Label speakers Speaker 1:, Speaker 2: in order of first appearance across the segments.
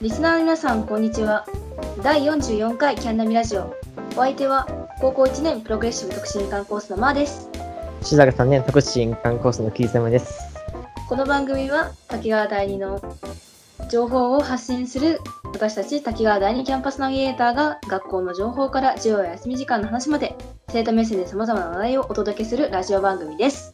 Speaker 1: リスナーの皆さん、こんにちは。第44回キャンナミラジオ。お相手は、高校1年プログレッシブ特進館コースのまーです。
Speaker 2: 静岡3年特進観コースのキーセムです。
Speaker 1: この番組は、滝川第二の情報を発信する私たち滝川第二キャンパスナビゲーターが学校の情報から授業や休み時間の話まで生徒目線で様々な話題をお届けするラジオ番組です。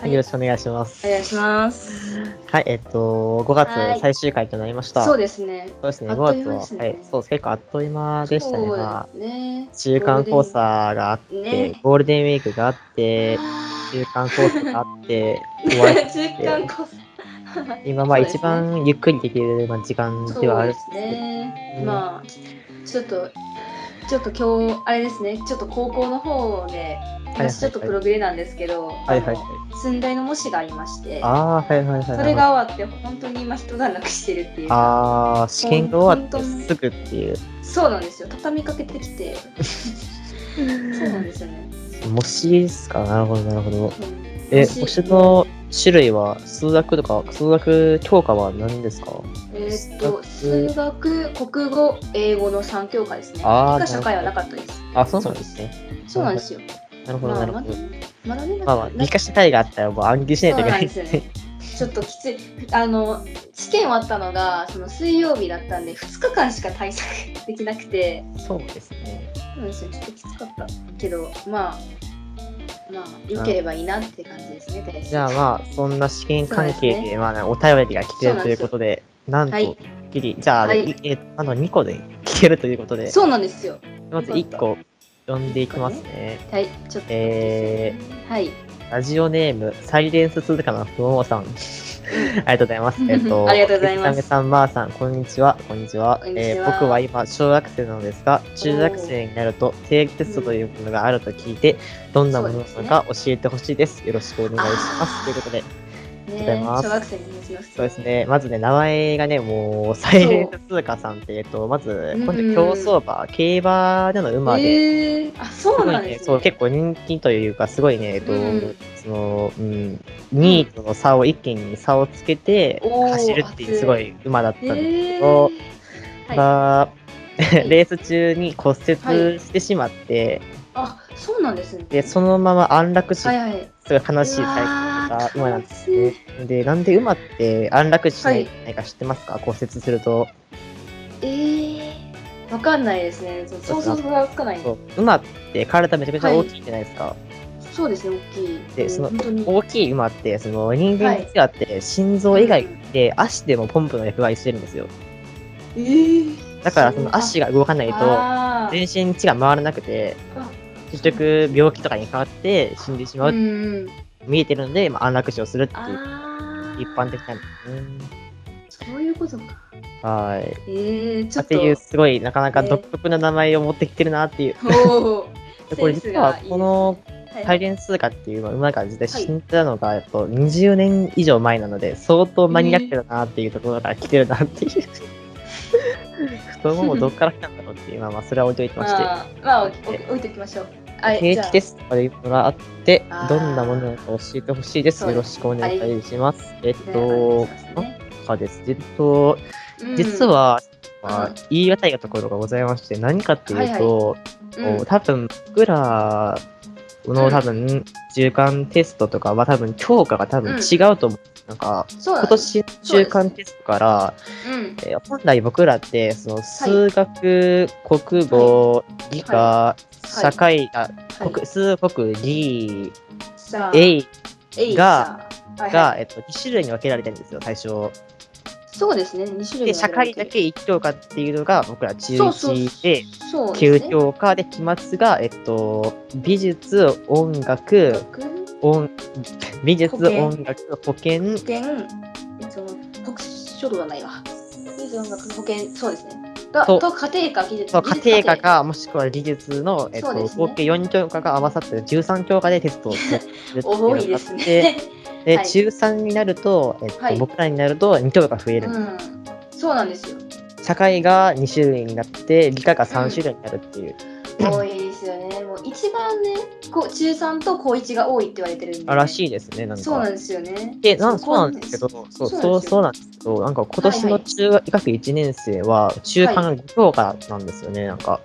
Speaker 1: はい、
Speaker 2: よ
Speaker 1: お
Speaker 2: ろしくお願いします。
Speaker 1: 願いします。
Speaker 2: はい、えっと、5
Speaker 1: はい
Speaker 2: 月最終回となりました。
Speaker 1: そう
Speaker 2: で
Speaker 1: ですね。
Speaker 2: すね、
Speaker 1: あっ
Speaker 2: 5
Speaker 1: という間で
Speaker 2: 月は、
Speaker 1: すね
Speaker 2: はい、そうです、結構あっという間でしたね。まあ
Speaker 1: そうですね。
Speaker 2: 中間コースがあって、
Speaker 1: ね
Speaker 2: ゴールデンウィークがあって、
Speaker 1: あ
Speaker 2: 中間コースがあ って、終わり
Speaker 1: ー中間コース。
Speaker 2: 今まあ
Speaker 1: そうですね
Speaker 2: 一番ゆっくりできるまあ時間
Speaker 1: そう
Speaker 2: ではある
Speaker 1: で
Speaker 2: んですすけど、
Speaker 1: ね
Speaker 2: う。ん
Speaker 1: まあ、ちょっと、ちょっと今日、あれですね、ちょっと高校の方で、
Speaker 2: はい
Speaker 1: 私ちょっとプログレなんですけど、
Speaker 2: はいはいはい
Speaker 1: あの寸大の模試がありまして、
Speaker 2: ああー、はいはいはい、はい。
Speaker 1: それが終わって、本当に今人がなくしてるっていうか、
Speaker 2: ああ、試験が終わって
Speaker 1: ほんとに
Speaker 2: すぐっていう、
Speaker 1: そうなんですよ、畳みかけてき て、そうなんですよね。
Speaker 2: 模試ですか、なるほど、なるほど。
Speaker 1: うん
Speaker 2: え、
Speaker 1: 模試
Speaker 2: 模試の種類は数学とか数学教科は何ですか
Speaker 1: えーっと、数学、国語、英語の3教科ですね。理
Speaker 2: あー
Speaker 1: 科、社会はなかったです。
Speaker 2: あ、そうなんですね。
Speaker 1: そうなんですよ。
Speaker 2: なるほど、
Speaker 1: ま
Speaker 2: な
Speaker 1: あ、
Speaker 2: るほ
Speaker 1: まだ
Speaker 2: ど。
Speaker 1: ねまだね、
Speaker 2: まあまあ、理科社会があったらもう暗記しないといけないです
Speaker 1: そうなん
Speaker 2: ね。
Speaker 1: ちょっときつい。あの、試験終わったのが、その水曜日だったんで、2日間しか対策できなくて、
Speaker 2: そうですね。
Speaker 1: そうなんですよ、ちょっときつかったけど、まあ、まあ、よければいいなって感じですね、
Speaker 2: じゃあまあ、そんな試験関係
Speaker 1: そうです
Speaker 2: で、まあね、お便りが来てるということで、なんと、
Speaker 1: はい
Speaker 2: ギリ、じゃあ、
Speaker 1: はい
Speaker 2: いえあの、2個で聞けるということで、
Speaker 1: そうなんですよ。
Speaker 2: まず1個読んでいきますね。
Speaker 1: はい、ちょっと。
Speaker 2: え
Speaker 1: はい。
Speaker 2: ー、ラジオネーム、サイレンス鈴鹿のふももさん。 ありがとうござい ます。えっと、
Speaker 1: ありがとうございます
Speaker 2: ゆきさん、まー、さん、こんにちは。こんにちは。
Speaker 1: こんにちは
Speaker 2: えー僕は今、小学生なのですが、中学生になると、定期テストというものがあると聞いて、どんなものな
Speaker 1: そうです
Speaker 2: の
Speaker 1: ね
Speaker 2: か教えてほしいです。よろしくお願いしま
Speaker 1: あ
Speaker 2: す。
Speaker 1: ー
Speaker 2: ということで、
Speaker 1: ね
Speaker 2: ざいます
Speaker 1: 小学生に話します。
Speaker 2: そうですね、まずね、名前がね、もう、サイレント通貨さんって、えっと、まず、
Speaker 1: ん
Speaker 2: 今度、競走馬、競馬での馬で、
Speaker 1: えー、あ、そうなんですね。
Speaker 2: そう結構人気というかすごいね、えっと
Speaker 1: うん
Speaker 2: そのうん、2位との差を一気に差をつけて
Speaker 1: おー
Speaker 2: 走るってい
Speaker 1: 熱
Speaker 2: う
Speaker 1: い
Speaker 2: すごい馬だったん
Speaker 1: え
Speaker 2: ですけ
Speaker 1: ー、
Speaker 2: ど、
Speaker 1: はい。
Speaker 2: まあ
Speaker 1: い
Speaker 2: レース中に骨折してしまって、
Speaker 1: あ、そうなんですね。
Speaker 2: でそのまま安楽死、
Speaker 1: はいはい。
Speaker 2: すごい悲しい体験が馬なんですね。でなんで馬って安楽死しない,、か知ってますか骨折すると
Speaker 1: えー、わかんないですね。そう想像がつかない。
Speaker 2: そ
Speaker 1: そう
Speaker 2: 馬って体めちゃめちゃ大きいじゃないですか。
Speaker 1: うですね、大きい。
Speaker 2: で
Speaker 1: うん
Speaker 2: その
Speaker 1: 本当に。
Speaker 2: 大きい馬ってその人間と違って心臓以外で足でもポンプの役割してるんですよ
Speaker 1: えー、
Speaker 2: だからその足が動かないと
Speaker 1: あー
Speaker 2: 全身血が回らなくて
Speaker 1: あ
Speaker 2: 結局病気とかにかかって死んでしまう、
Speaker 1: うん、
Speaker 2: 見えてるので、まあ、安楽死をするっていう
Speaker 1: あー
Speaker 2: 一般的なんですね
Speaker 1: そういうことか。
Speaker 2: はい
Speaker 1: えー、ちょ
Speaker 2: っ
Speaker 1: っと。
Speaker 2: ていうすごいなかなか
Speaker 1: ね
Speaker 2: 独特な名前を持ってきてるなっていう、
Speaker 1: おー
Speaker 2: で これ実はこの
Speaker 1: センスがい
Speaker 2: 大
Speaker 1: い
Speaker 2: 連通貨っていう馬が実際死んだのが、えっと20年以上前なので相当マニアックだなっていうところから来てるなっ ていう、太ももどっから来たんだろうっていうまあまあそれは置いといてまして
Speaker 1: まあ、まあ、おお置いておきましょう。あ
Speaker 2: 定
Speaker 1: じゃ
Speaker 2: 期
Speaker 1: あ
Speaker 2: テストでもらって
Speaker 1: あー
Speaker 2: どんなものなのか教えてほしいです
Speaker 1: そう
Speaker 2: よ
Speaker 1: です
Speaker 2: ろしくお願いします、えっ
Speaker 1: ね
Speaker 2: と
Speaker 1: お願いし
Speaker 2: なんかですえっと
Speaker 1: ますね
Speaker 2: 実、は、ま
Speaker 1: う
Speaker 2: あ
Speaker 1: ん、
Speaker 2: 言い難いところがございまして何かっていうと、
Speaker 1: うん
Speaker 2: こう多分僕ら
Speaker 1: う
Speaker 2: の
Speaker 1: ん
Speaker 2: 多分中間テストとかは多分教科が多
Speaker 1: う
Speaker 2: 分
Speaker 1: ん
Speaker 2: 違うと思う、なんか
Speaker 1: そうなんで
Speaker 2: 今
Speaker 1: す
Speaker 2: 年の中間テストから、
Speaker 1: うん
Speaker 2: えー本来僕らってその数学、国語、理科、社会、あ
Speaker 1: はい
Speaker 2: 国数国理
Speaker 1: さあ
Speaker 2: 英
Speaker 1: えいさ
Speaker 2: が
Speaker 1: あはい
Speaker 2: が、
Speaker 1: はい
Speaker 2: えっと、2種類に分けられてるんですよ最初
Speaker 1: そうですね、2種類
Speaker 2: で
Speaker 1: に
Speaker 2: 社
Speaker 1: 分かれ
Speaker 2: 会
Speaker 1: て
Speaker 2: だけ1教科っていうのが僕ら中
Speaker 1: そうそう
Speaker 2: 1で
Speaker 1: そうですね
Speaker 2: 9教科で期末が、えっと、美術音楽音 美術
Speaker 1: 保健
Speaker 2: 音楽保健
Speaker 1: 保険、えっと、国書道はないわ。水道学保険、そうですね。だ
Speaker 2: そう
Speaker 1: と家庭科技術。
Speaker 2: そう
Speaker 1: 技術
Speaker 2: 家庭科かもしくは技術の、えっ
Speaker 1: そ
Speaker 2: と
Speaker 1: うですね
Speaker 2: 合計4教科が合わさって13教科でテストをするっていうのがあ
Speaker 1: 多
Speaker 2: っ
Speaker 1: い
Speaker 2: て
Speaker 1: ですね。
Speaker 2: で
Speaker 1: はい
Speaker 2: 中3になると、えっと
Speaker 1: はい
Speaker 2: 僕らになると2教科増える、
Speaker 1: うん、そうなんですよ。
Speaker 2: 社会が2種類になって理科が3種類になるっていう、
Speaker 1: 多いですですよね。もう一番ね、こう中3と高1が多いって言われてるんで、ね。
Speaker 2: あらしいですね、なんか。
Speaker 1: そうなんですよね。
Speaker 2: でなんそうなんですけど、そうそうそうなんですけど、なんか今年の中学1年生は中間が5教科なんですよね、なんか。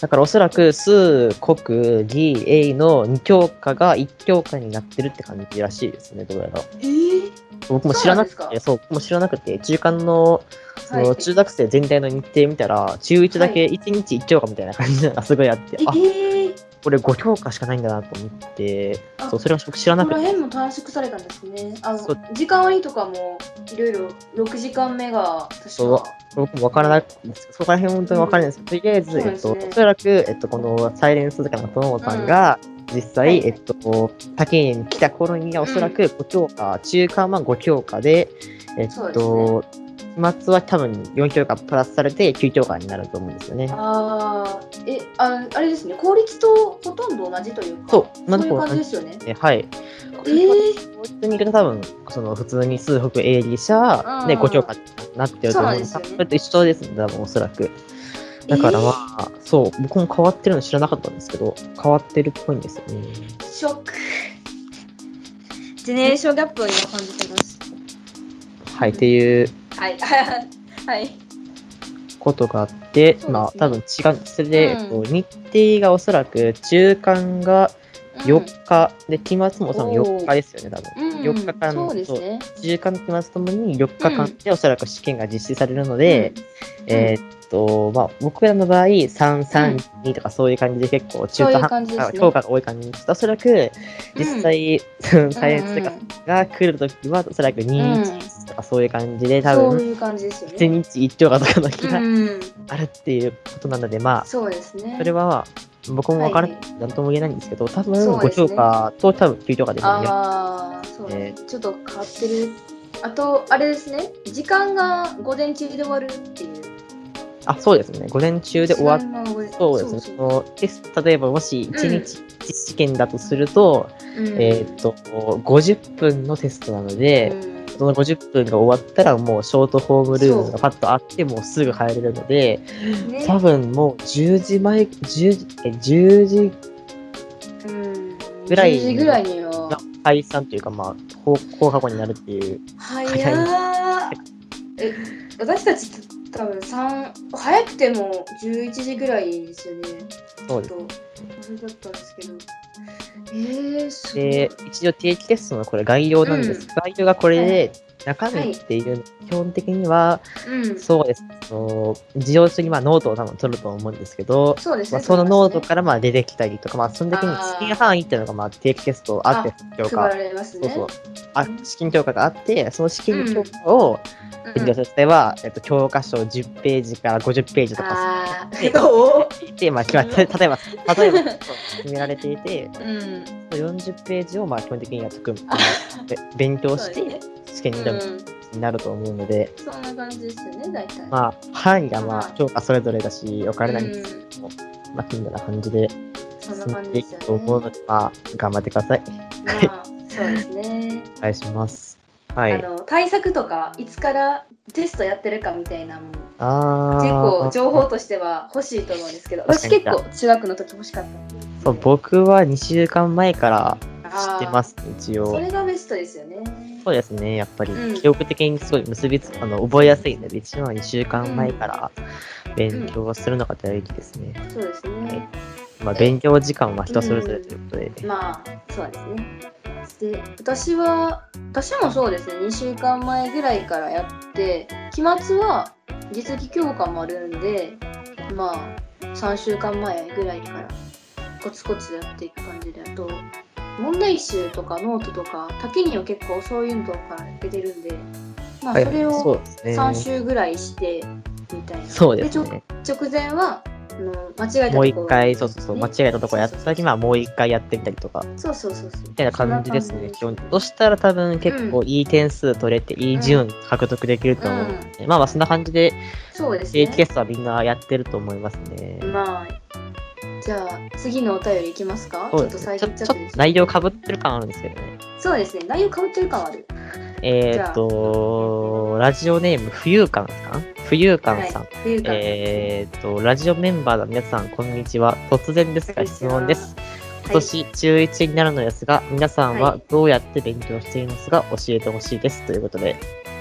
Speaker 2: だからおそらく数、国、義、英の2教科が1教科になってるって感じらしいですね、どうやら。
Speaker 1: えー、
Speaker 2: 僕も知らなく
Speaker 1: そうなん
Speaker 2: て、
Speaker 1: です
Speaker 2: そう、僕も知らなくて、中間のそ
Speaker 1: は
Speaker 2: の
Speaker 1: い
Speaker 2: 中学生全体の日程見たら、中1だけ1日1教科みたいな感じなのがすごいあって、
Speaker 1: え
Speaker 2: あ
Speaker 1: えー、
Speaker 2: これ5教科しかないんだなと思って、
Speaker 1: あ
Speaker 2: そうそれは僕知らな
Speaker 1: ここら
Speaker 2: くて、
Speaker 1: 辺も短縮されたんですね。あの
Speaker 2: そう
Speaker 1: 時間割とかもいろいろ6時間目が確
Speaker 2: そう
Speaker 1: か。
Speaker 2: 僕も分からなくて、そこら辺本当に分からないんですけど、とりあえず、
Speaker 1: そう
Speaker 2: え
Speaker 1: です
Speaker 2: っと、
Speaker 1: ね
Speaker 2: おそらく、えっと、このサイレンスとかの友さんが、実
Speaker 1: は
Speaker 2: 際、
Speaker 1: い
Speaker 2: えっと、他県に来た頃には、おそらく5教科、中間は5教科で、えっ
Speaker 1: そう
Speaker 2: と、末は多分4教科プラスされて9教科になると思うんですよね。
Speaker 1: ああ、え、ああれですね、効率とほとんど同じというか、
Speaker 2: そう
Speaker 1: そ
Speaker 2: 同
Speaker 1: う
Speaker 2: じ
Speaker 1: いう
Speaker 2: こと
Speaker 1: 感じですよね。
Speaker 2: ね、はい。
Speaker 1: えー、
Speaker 2: 普通に行くと多分、その普通に数北営利者、ね、
Speaker 1: うん
Speaker 2: 5教科になってると思うんです
Speaker 1: そうなんですよね
Speaker 2: それと一緒ですね、多分おそらく。だからまあ、そう、僕も変わってるの知らなかったんですけど、変わってるっぽいんですよね。
Speaker 1: えーショック。ジェネレーションギャップを今感じてます。
Speaker 2: はい、っていう
Speaker 1: はい。 はい。
Speaker 2: ことがあって、
Speaker 1: すね
Speaker 2: まあ多分違う。それで、
Speaker 1: うん
Speaker 2: えっと日程がおそらく中間が4日、で、期末もその4日ですよね、多分。
Speaker 1: うん、
Speaker 2: 4日間
Speaker 1: うん
Speaker 2: の
Speaker 1: そうですね。
Speaker 2: 中間期末ともに4日間でおそらく試験が実施されるので、
Speaker 1: うん
Speaker 2: えーっと、まあ、僕らの場合、332とかそういう感じで結構中
Speaker 1: そういう
Speaker 2: 間
Speaker 1: 感じですね
Speaker 2: 評価が多い感じです。おそらく、
Speaker 1: うん
Speaker 2: 実際、サイエンスとかが来るときは、おそらく211とかそういう感じで、多
Speaker 1: そう
Speaker 2: 分、
Speaker 1: いう感じですよ
Speaker 2: 1
Speaker 1: ね。
Speaker 2: 日1兆がとかの日
Speaker 1: う
Speaker 2: が
Speaker 1: ん、
Speaker 2: あるっていうことなので、まあ、
Speaker 1: そうですね。
Speaker 2: それはまあ、僕もわから
Speaker 1: は
Speaker 2: ない
Speaker 1: はい
Speaker 2: なんとも言えないんですけど、多分
Speaker 1: そう
Speaker 2: 5
Speaker 1: ですね
Speaker 2: 兆かと多分9兆かでもね
Speaker 1: ああ、そうね、ちょっと変わってる。あと、あれですね、時間が午前中で終わるっていう。
Speaker 2: あ、そうですね。午前中で終わっ
Speaker 1: って
Speaker 2: そうですね。そのテスト例えばもし1日1試験だとすると、えーっ、と、50分のテストなの
Speaker 1: う
Speaker 2: で、
Speaker 1: ん
Speaker 2: その50分が終わったら、もうショートホームルームがパッとあって、もうすぐ入れるので、
Speaker 1: ね
Speaker 2: 多分もう10時前、10時、え10時
Speaker 1: うん
Speaker 2: ぐらい
Speaker 1: 10時ぐらいには
Speaker 2: が。解散というか、まあ、放放課後になるっていう。
Speaker 1: 早
Speaker 2: 早い
Speaker 1: ーえ、私たちって多分三早くても11時ぐらいですよね。
Speaker 2: そうで
Speaker 1: ち
Speaker 2: す。
Speaker 1: ょっとそれだったんですけど。えー、すごい。
Speaker 2: で、一応定期テストのこれ概要なんです。概要がこれで、中
Speaker 1: はい
Speaker 2: 身っていう、基本的には、
Speaker 1: うん、
Speaker 2: そうです。その授業中にまあノートを多分取ると思うんですけど、
Speaker 1: そうです
Speaker 2: ま
Speaker 1: ね。
Speaker 2: あ、そのノート
Speaker 1: そう
Speaker 2: からまあ出てきたりとか、まあ、その時に資金範囲っていうのがまあ定期テストあって、教
Speaker 1: ですね配
Speaker 2: 科、
Speaker 1: られます
Speaker 2: そ
Speaker 1: ね。
Speaker 2: うそう
Speaker 1: そ、
Speaker 2: あ資金教科があって、その資金教科を
Speaker 1: うん
Speaker 2: 勉強する例えば、えっと、教科書10ページから50ページとか
Speaker 1: ああ
Speaker 2: で
Speaker 1: ー、おー
Speaker 2: してまあ、決まって例えば、例 えばそう決められていて、
Speaker 1: うん。
Speaker 2: 40ページをまあ基本的にやってくで勉強し
Speaker 1: そうね
Speaker 2: て、試験に挑む
Speaker 1: うん、
Speaker 2: になると思うので、
Speaker 1: そんな感じですよね、大体。
Speaker 2: まあ、範囲がま
Speaker 1: う
Speaker 2: あ教科それぞれだし、分かれないん
Speaker 1: う
Speaker 2: です
Speaker 1: ん
Speaker 2: けど、まあ、こんな感じで
Speaker 1: そんな
Speaker 2: 進
Speaker 1: 感
Speaker 2: ん
Speaker 1: じで
Speaker 2: でい
Speaker 1: す
Speaker 2: く
Speaker 1: よね。
Speaker 2: と思うので、まあ、頑張ってください。
Speaker 1: まあ、そうですね。
Speaker 2: お願いします。 は
Speaker 1: あ
Speaker 2: い。
Speaker 1: の対策とか、いつからテストやってるかみたいなのも、
Speaker 2: あ
Speaker 1: 結
Speaker 2: ー
Speaker 1: 構情報としては欲しいと思うんですけど、私
Speaker 2: 確
Speaker 1: 結
Speaker 2: かに
Speaker 1: 構中学の時欲しかった。。
Speaker 2: そう僕は2週間前から知ってますす、一
Speaker 1: そ
Speaker 2: 応
Speaker 1: れ。がベストですよね。
Speaker 2: そうですね、やっぱり、
Speaker 1: うん
Speaker 2: 記憶的にすごい結びつあの覚えやすいので、一応2週間前から勉強するのが大事ですね。
Speaker 1: そうですね。
Speaker 2: まあ、勉強時間は人それぞれということで。
Speaker 1: まあ、そうですね。で、私は、私もそうですね、2週間前ぐらいからやって、期末は実技強化もあるんで、まあ、3週間前ぐらいから、コツコツやっていく感じだと、問題集とかノートとか、竹には結構そういうのから出てるんで、まあ、
Speaker 2: はい
Speaker 1: それ
Speaker 2: そ
Speaker 1: を
Speaker 2: うですね。
Speaker 1: 3週ぐらいして、みたいな。
Speaker 2: そうです
Speaker 1: で
Speaker 2: ね。
Speaker 1: ちょ直前は、あの間違えたとこ
Speaker 2: もう一回、そうそうそう、
Speaker 1: ね
Speaker 2: 間違えたとこやったり、まあ、もう一回やってみたりとか、
Speaker 1: そうそうそうそう。み
Speaker 2: みたいな感じですね、基本。そしたら多分結構いい点数取れて、いい順獲得できると思うので、まあまあ、そんな感じで、
Speaker 1: そうです
Speaker 2: 定
Speaker 1: ね。
Speaker 2: 期テストはみんなやってると思いますね。
Speaker 1: まあ、じゃあ次のお便りいきますか。
Speaker 2: そう
Speaker 1: ち
Speaker 2: で
Speaker 1: ょっと最
Speaker 2: すね。ちょ
Speaker 1: 近
Speaker 2: ち
Speaker 1: ちょ
Speaker 2: ょ
Speaker 1: っ
Speaker 2: っと
Speaker 1: とですね
Speaker 2: 内容かぶってる感あるんですけどね。
Speaker 1: そうですね。内容かぶってる感はある。
Speaker 2: えーっと、ラジオネーム、浮遊感さん浮遊感さん。
Speaker 1: っていうか、
Speaker 2: えーっと、ラジオメンバーの皆さん、こんにちは。突然です
Speaker 1: こん
Speaker 2: が、
Speaker 1: にち
Speaker 2: 質
Speaker 1: は
Speaker 2: 問です。今年中1になるのですが、皆さんはどうやって勉強していますが、教えてほしいです。ということで、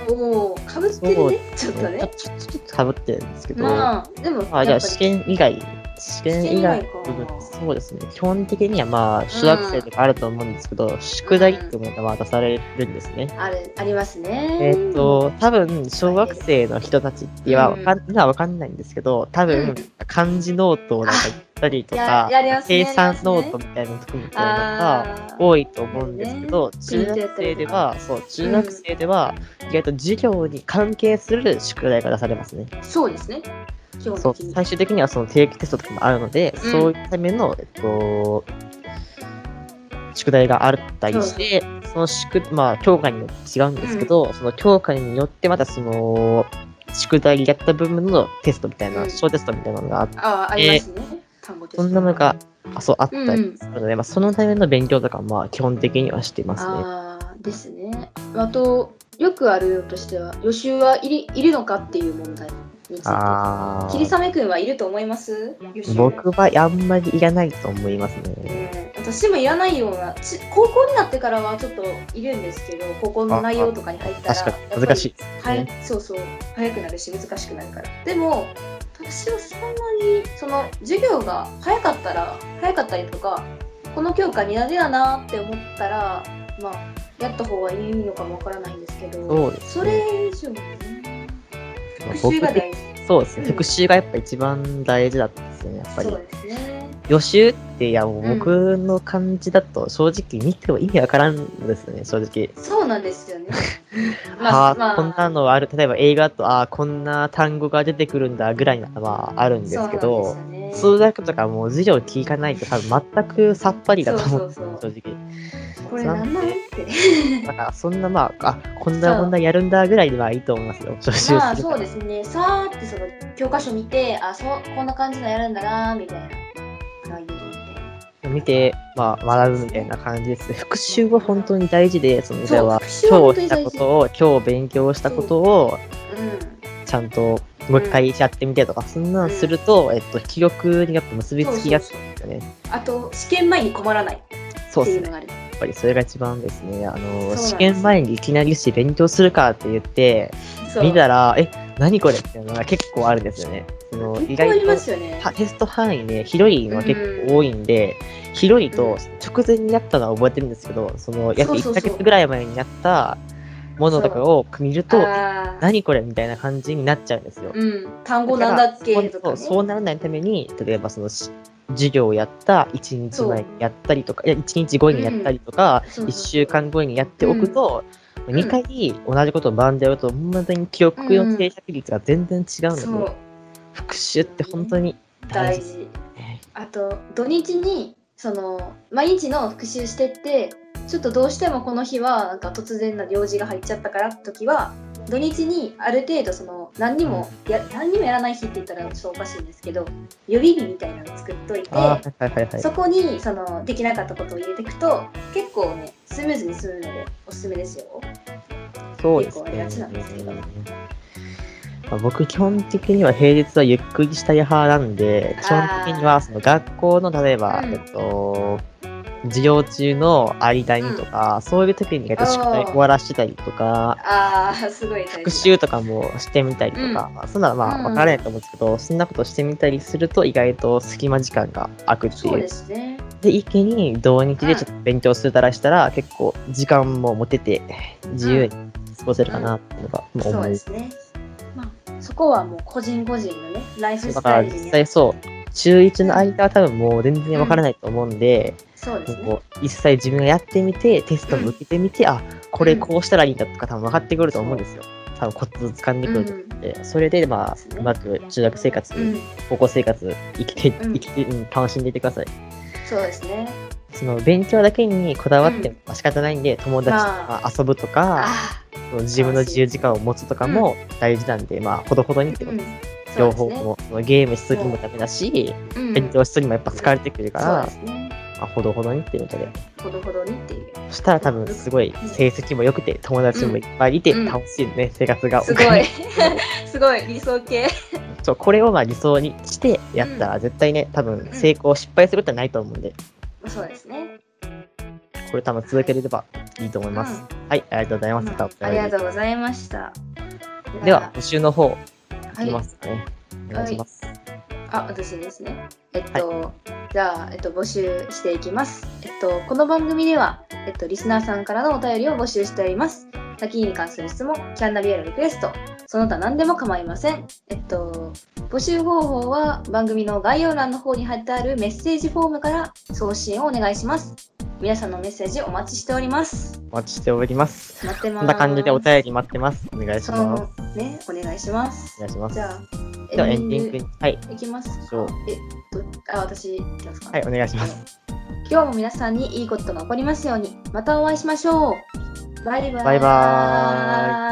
Speaker 1: はい、もうかぶってる
Speaker 2: そう
Speaker 1: ねちょっとね
Speaker 2: ちょちょちょっとかぶってるんですけど、
Speaker 1: まあでも
Speaker 2: あ、じ
Speaker 1: やっぱ
Speaker 2: ゃあ
Speaker 1: り
Speaker 2: 試験以外、試験以外の部
Speaker 1: 試験以外か
Speaker 2: 分、そうですね。基本的にはまあ、中学生とかあると思うんですけど、宿題っていうものがまあ出されるんですね。
Speaker 1: あるありますね
Speaker 2: えーっと、多分、小学生の人たちっては、わかん今はわかんないんですけど、多
Speaker 1: うん
Speaker 2: 分、漢字ノートをなんか言ったりと
Speaker 1: あ
Speaker 2: か
Speaker 1: ややりま、すね
Speaker 2: 計算ノートみたいなの含めてなんか、
Speaker 1: あー
Speaker 2: 多いと思うんですけど、
Speaker 1: ね
Speaker 2: 中学生では、そう、中学生では、意外と授業に関係する宿題が出されますね。
Speaker 1: そうですね基本
Speaker 2: そう
Speaker 1: 的に
Speaker 2: 最終的にはその定期テストとかもあるので、
Speaker 1: うん
Speaker 2: そういうための、えっと、宿題があったりして、その宿、まあ、教科によって違うんですけど、その教科によってまたその、宿題やった部分のテストみたいな、
Speaker 1: うん
Speaker 2: 小テストみたいなのがあって、
Speaker 1: ああありますね、単語テスト
Speaker 2: そんなのが、あそうあったりするので、まあ、そのための勉強とかもまあ基本的にはしてますね。
Speaker 1: ああですねあとよくあるのとしては予習はいりいるのかっていう問題について
Speaker 2: あー
Speaker 1: 霧雨くんはいると思います予習
Speaker 2: 僕はあんまりいらないと思いますね。
Speaker 1: ね私もいらないようなち高校になってからはちょっといるんですけど高校の内容とかに入ったら
Speaker 2: 確かに
Speaker 1: やっぱり
Speaker 2: 難しい。
Speaker 1: はい、そうそう早くなるし難しくなるからでも私はそんなにその授業が早かったら早かったりとかこの教科苦手だなって思ったらまあやった方がいいのかもわからないんですけど
Speaker 2: そうですね
Speaker 1: それ以上にね
Speaker 2: ま
Speaker 1: 復
Speaker 2: あ
Speaker 1: 習
Speaker 2: 僕
Speaker 1: が
Speaker 2: 的
Speaker 1: 大事
Speaker 2: そうです
Speaker 1: う
Speaker 2: ね。
Speaker 1: ん
Speaker 2: 復習がやっぱ一番大事だったんですよね、やっぱり
Speaker 1: そ。うですね
Speaker 2: 予習って、いや、もううん僕の感じだと正直見ても意味わからんですよね、正直。
Speaker 1: そうなんです よね
Speaker 2: あー、こんなのある、例えば映画だと、ああ、こんな単語が出てくるんだぐらいのはあるんですけど、
Speaker 1: そうなんですよ
Speaker 2: 数
Speaker 1: ね
Speaker 2: 学とかもう授業聞かないと多分全くさっぱりだと思うんですよね、
Speaker 1: そう
Speaker 2: 正直。
Speaker 1: これなんなんって
Speaker 2: だからそんなまあ、あこんな問題やるんだぐらいではいいと思いますよ、予習する
Speaker 1: まあ
Speaker 2: と
Speaker 1: そうですねさーってその教科書見てあそうこんな感じのやるんだなーみたいなああいうのみたいな
Speaker 2: 見て、まあ、学ぶみたいな感じですね。復習は本当に大事で、その
Speaker 1: そう
Speaker 2: では
Speaker 1: 復習は
Speaker 2: 今
Speaker 1: 本当
Speaker 2: 日
Speaker 1: に
Speaker 2: し
Speaker 1: 大事
Speaker 2: たことを、今日勉強したことを、ちゃんともう一回やってみてとか、そんなのすると、えっと、記憶にやっぱ結びつきやすいんですよね。
Speaker 1: うんあと試験前に困らないっ
Speaker 2: そう
Speaker 1: てい
Speaker 2: です
Speaker 1: う
Speaker 2: ね
Speaker 1: の。がある
Speaker 2: やっぱりそれが一番ですね。あ
Speaker 1: なんで
Speaker 2: の、
Speaker 1: す
Speaker 2: 試験前にいきなりし勉強するかって言って、
Speaker 1: そう
Speaker 2: 見たら、え、何これっていうのが結構あるんですよね。その
Speaker 1: いっぱいありますよね
Speaker 2: はテスト範囲ね、広いのが結構多いんで、広いと直前になったのは覚えてるんですけど、その約
Speaker 1: そうそうそう
Speaker 2: 1ヶ月ぐらい前になったものとかを見ると、
Speaker 1: あー
Speaker 2: 何これみたいな感じになっちゃうんですよ。
Speaker 1: うん単語なんだっけ
Speaker 2: だ
Speaker 1: と
Speaker 2: か
Speaker 1: からね
Speaker 2: そうそうならないために、例えばそのし授業をやった1日前にやったりとか、いや1日後にやったりとか、
Speaker 1: そうそうそう
Speaker 2: 1週間後にやっておくと、2回同じことを学んでやると、本当に記憶の定着率が全然違うので、
Speaker 1: そう
Speaker 2: 復習って本当に大
Speaker 1: 大
Speaker 2: 事です
Speaker 1: 事
Speaker 2: ね。
Speaker 1: あと土日にその毎日の復習してってちょっとどうしてもこの日はなんか突然な用事が入っちゃったからって時は土日にある程度その何にもや何にもやらない日って言ったらちょっとおかしいんですけど予備日みたいなの作っといて
Speaker 2: あーはいはいはいはい。
Speaker 1: そこにそのできなかったことを入れていくと結構ねスムーズに進むのでおすすめですよ。
Speaker 2: そうです
Speaker 1: 結構や
Speaker 2: ね
Speaker 1: つなんですけど。
Speaker 2: まあ僕、基本的には平日はゆっくりしたい派なんで、基本的にはその学校の例えば、
Speaker 1: うん
Speaker 2: えっと、授業中の間にとか、そういう時に宿題終わらしてたりとか、
Speaker 1: あーすごい大事
Speaker 2: 復習とかもしてみたりとか、そんなの
Speaker 1: う
Speaker 2: はま
Speaker 1: ん
Speaker 2: あ分からないと思うんですけど、そんなことしてみたりすると意外と隙間時間が空くって
Speaker 1: そう
Speaker 2: い
Speaker 1: で
Speaker 2: う。
Speaker 1: すね。
Speaker 2: で、一気に同日でちょっと勉強するたらしたら、結構時間も持てて、自由に過ごせるかなっていうのがまあ
Speaker 1: そ
Speaker 2: 思
Speaker 1: う
Speaker 2: い
Speaker 1: で
Speaker 2: ます。
Speaker 1: すね。まあそこはもう個人個人のねライフ
Speaker 2: だ
Speaker 1: ス
Speaker 2: か
Speaker 1: タ
Speaker 2: ら
Speaker 1: イル
Speaker 2: 実
Speaker 1: に
Speaker 2: 際そう、中1の間は多分もう全然わからないと思うんで、
Speaker 1: そうですね。
Speaker 2: こう実際自分がやってみて、テストも受けてみて、あ、これ
Speaker 1: うん
Speaker 2: こうしたらいいんだとか多分分かってくると思うんですよ。多分コツを掴んでくると思うんで、それでまあ
Speaker 1: そうです、ね
Speaker 2: うまく中学生活、
Speaker 1: うん、
Speaker 2: 高校生活、生きて、
Speaker 1: うん
Speaker 2: 生きて、うん楽しんでいってください。
Speaker 1: そうですね。
Speaker 2: その勉強だけにこだわっても仕方ないんで、友達と
Speaker 1: ま
Speaker 2: か遊ぶとか、
Speaker 1: あ
Speaker 2: その自分の自由時間を持つとかも大事なんで、まあ、ほどほどにって
Speaker 1: ー、
Speaker 2: こ
Speaker 1: う
Speaker 2: と
Speaker 1: ん
Speaker 2: です。両方とも、そのゲームするのもダメだし、
Speaker 1: そうですねうん
Speaker 2: 勉強するにもやっぱ疲れてくるか
Speaker 1: そう
Speaker 2: ら
Speaker 1: で、すね。
Speaker 2: あ、ほどほどにっていうことで。
Speaker 1: ほどほどにっていう。
Speaker 2: そしたら多分すごい成績も良くて、友達もいっぱいいて、
Speaker 1: うん
Speaker 2: 楽しいね、生活が。
Speaker 1: すごい。 すごい、理想系。
Speaker 2: そう、これをまあ理想にしてやったら、絶対ね、多分成功、失敗することはないと思うんで、
Speaker 1: そうですね。
Speaker 2: これ多分続けれればいいと思います。
Speaker 1: うん
Speaker 2: はい、ありがとうございま。
Speaker 1: ますあありがとうございました。
Speaker 2: では、募集の方、
Speaker 1: じゃあ、
Speaker 2: いきま
Speaker 1: はい、
Speaker 2: すね。お願いします。
Speaker 1: あ、私ですね。えっと、じゃあ、えっと、募集していきます。えっと、この番組では、えっと、リスナーさんからのお便りを募集しております。タキに関する質問、キャンナビへのリクエスト、その他何でも構いません。えっと、募集方法は番組の概要欄の方に貼ってあるメッセージフォームから送信をお願いします。皆さんのメッセージお待ちしております。
Speaker 2: お待ちしております。
Speaker 1: 待ってます。
Speaker 2: こんな感じでお便り待ってます。お願いし
Speaker 1: そう
Speaker 2: ます。
Speaker 1: ね、お願いします
Speaker 2: お。願いします。
Speaker 1: じ
Speaker 2: で
Speaker 1: ゃあ、
Speaker 2: はエンディングに。はい、
Speaker 1: いきますか
Speaker 2: そう
Speaker 1: えっと、あ、私、いきますか。
Speaker 2: はい、お願いします。
Speaker 1: 今日も皆さんにいいことが起こりますように、またお会いしましょう。バイバーイ。
Speaker 2: バイバ